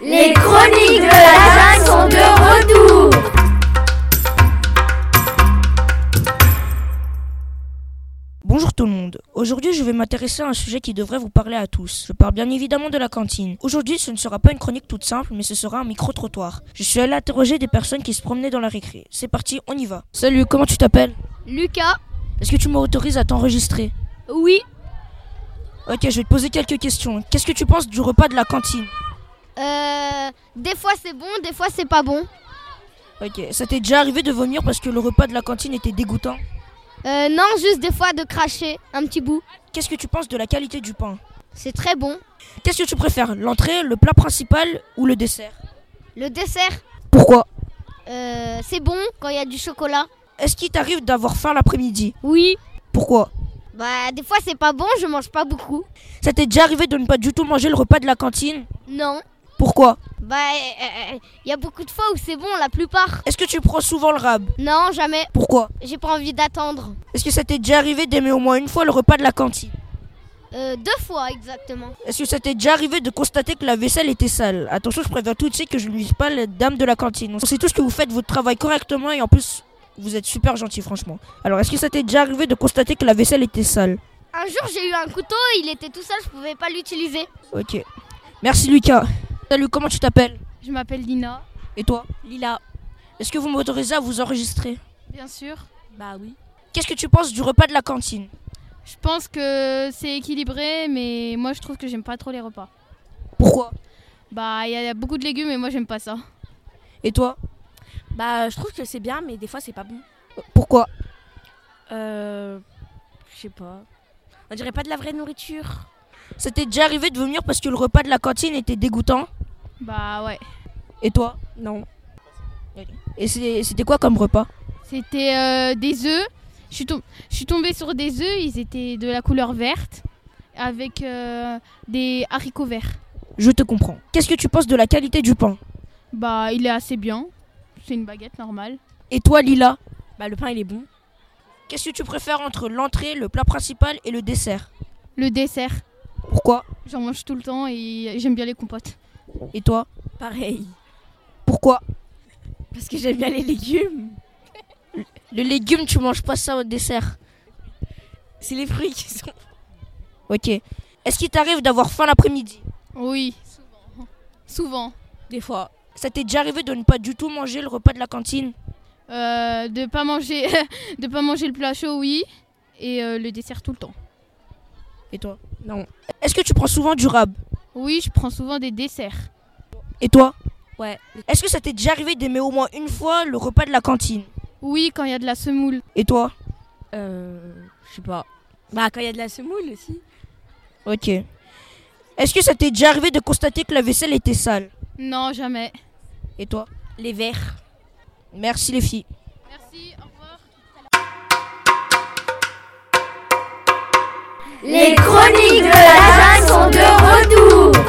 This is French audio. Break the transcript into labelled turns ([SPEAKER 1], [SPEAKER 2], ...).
[SPEAKER 1] Les chroniques de la jungle sont de retour.
[SPEAKER 2] Bonjour tout le monde. Aujourd'hui, je vais m'intéresser à un sujet qui devrait vous parler à tous. Je parle bien évidemment de la cantine. Aujourd'hui, ce ne sera pas une chronique toute simple, mais ce sera un micro-trottoir. Je suis allé interroger des personnes qui se promenaient dans la récré. C'est parti, on y va. Salut, comment tu t'appelles
[SPEAKER 3] Lucas,
[SPEAKER 2] Est-ce que tu m'autorises à t'enregistrer
[SPEAKER 3] oui,
[SPEAKER 2] Ok, je vais te poser quelques questions. Qu'est-ce que tu penses du repas de la cantine
[SPEAKER 3] euh, des fois c'est bon, des fois c'est pas bon.
[SPEAKER 2] Ok, ça t'est déjà arrivé de vomir parce que le repas de la cantine était dégoûtant
[SPEAKER 3] Euh, non, juste des fois de cracher un petit bout.
[SPEAKER 2] Qu'est-ce que tu penses de la qualité du pain
[SPEAKER 3] C'est très bon.
[SPEAKER 2] Qu'est-ce que tu préfères, l'entrée, le plat principal ou le dessert
[SPEAKER 3] Le dessert,
[SPEAKER 2] Pourquoi
[SPEAKER 3] euh, c'est bon quand il y a du chocolat.
[SPEAKER 2] Est-ce qu'il t'arrive d'avoir faim l'après-midi
[SPEAKER 3] Oui.
[SPEAKER 2] Pourquoi
[SPEAKER 3] Bah, des fois c'est pas bon, je mange pas beaucoup.
[SPEAKER 2] Ça t'est déjà arrivé de ne pas du tout manger le repas de la cantine
[SPEAKER 3] Non.
[SPEAKER 2] Pourquoi
[SPEAKER 3] Bah, il y a beaucoup de fois où c'est bon, la plupart.
[SPEAKER 2] Est-ce que tu prends souvent le rab
[SPEAKER 3] Non, jamais.
[SPEAKER 2] Pourquoi
[SPEAKER 3] J'ai pas envie d'attendre.
[SPEAKER 2] Est-ce que ça t'est déjà arrivé d'aimer au moins une fois le repas de la cantine
[SPEAKER 3] Euh, deux fois exactement.
[SPEAKER 2] Est-ce que ça t'est déjà arrivé de constater que la vaisselle était sale Attention, je préviens tout de suite que je ne vise pas la dame de la cantine. On sait tous que vous faites votre travail correctement et en plus, vous êtes super gentil, franchement. Alors, est-ce que ça t'est déjà arrivé de constater que la vaisselle était sale
[SPEAKER 3] Un jour j'ai eu un couteau, il était tout seul, je pouvais pas l'utiliser.
[SPEAKER 2] Ok. Merci, Lucas. Salut, comment tu t'appelles
[SPEAKER 4] Je m'appelle Lina.
[SPEAKER 2] Et toi
[SPEAKER 4] Lila,
[SPEAKER 2] Est-ce que vous m'autorisez à vous enregistrer
[SPEAKER 4] bien sûr. Bah oui.
[SPEAKER 2] Qu'est-ce que tu penses du repas de la cantine
[SPEAKER 4] Je pense que c'est équilibré, mais moi je trouve que j'aime pas trop les repas.
[SPEAKER 2] Pourquoi
[SPEAKER 4] Bah, il y, a beaucoup de légumes et moi j'aime pas ça.
[SPEAKER 2] Et toi
[SPEAKER 5] Bah, je trouve que c'est bien, mais des fois c'est pas bon.
[SPEAKER 2] Pourquoi
[SPEAKER 5] Euh. Je sais pas. On dirait pas de la vraie nourriture.
[SPEAKER 2] Ça t'est déjà arrivé de venir parce que le repas de la cantine était dégoûtant
[SPEAKER 4] Bah ouais.
[SPEAKER 2] Et toi
[SPEAKER 5] Non.
[SPEAKER 2] Et c'est- c'était quoi comme repas
[SPEAKER 4] C'était euh, des œufs. Je suis, tom- je suis tombée sur des œufs, ils étaient de la couleur verte avec euh, des haricots verts.
[SPEAKER 2] Je te comprends. Qu'est-ce que tu penses de la qualité du pain
[SPEAKER 4] Bah, il est assez bien. C'est une baguette normale.
[SPEAKER 2] Et toi, Lila
[SPEAKER 5] Bah, le pain il est bon.
[SPEAKER 2] Qu'est-ce que tu préfères entre l'entrée, le plat principal et le dessert
[SPEAKER 4] Le dessert,
[SPEAKER 2] Pourquoi
[SPEAKER 4] j'en mange tout le temps et j'aime bien les compotes.
[SPEAKER 2] Et toi
[SPEAKER 5] Pareil.
[SPEAKER 2] Pourquoi
[SPEAKER 5] Parce que j'aime bien les légumes.
[SPEAKER 2] Le légume, tu manges pas ça au dessert.
[SPEAKER 5] C'est les fruits qui sont.
[SPEAKER 2] Ok. Est-ce qu'il t'arrive d'avoir faim l'après-midi
[SPEAKER 4] Oui, souvent. Souvent.
[SPEAKER 5] Des fois.
[SPEAKER 2] Ça t'est déjà arrivé de ne pas du tout manger le repas de la cantine
[SPEAKER 4] Euh, de pas manger de pas manger le plat chaud oui et euh, le dessert tout le temps.
[SPEAKER 2] Et toi
[SPEAKER 5] Non.
[SPEAKER 2] Est-ce que tu prends souvent du rab
[SPEAKER 4] Oui, je prends souvent des desserts.
[SPEAKER 2] Et toi
[SPEAKER 5] Ouais.
[SPEAKER 2] Est-ce que ça t'est déjà arrivé d'aimer au moins une fois le repas de la cantine
[SPEAKER 4] Oui, quand il y a de la semoule.
[SPEAKER 2] Et toi
[SPEAKER 5] Euh. Je sais pas. Bah, quand il y a de la semoule aussi.
[SPEAKER 2] Ok. Est-ce que ça t'est déjà arrivé de constater que la vaisselle était sale
[SPEAKER 4] Non, jamais.
[SPEAKER 2] Et toi
[SPEAKER 5] Les verres.
[SPEAKER 2] Merci les filles.
[SPEAKER 4] Merci, au revoir.
[SPEAKER 1] Les chroniques de la jungle sont de retour.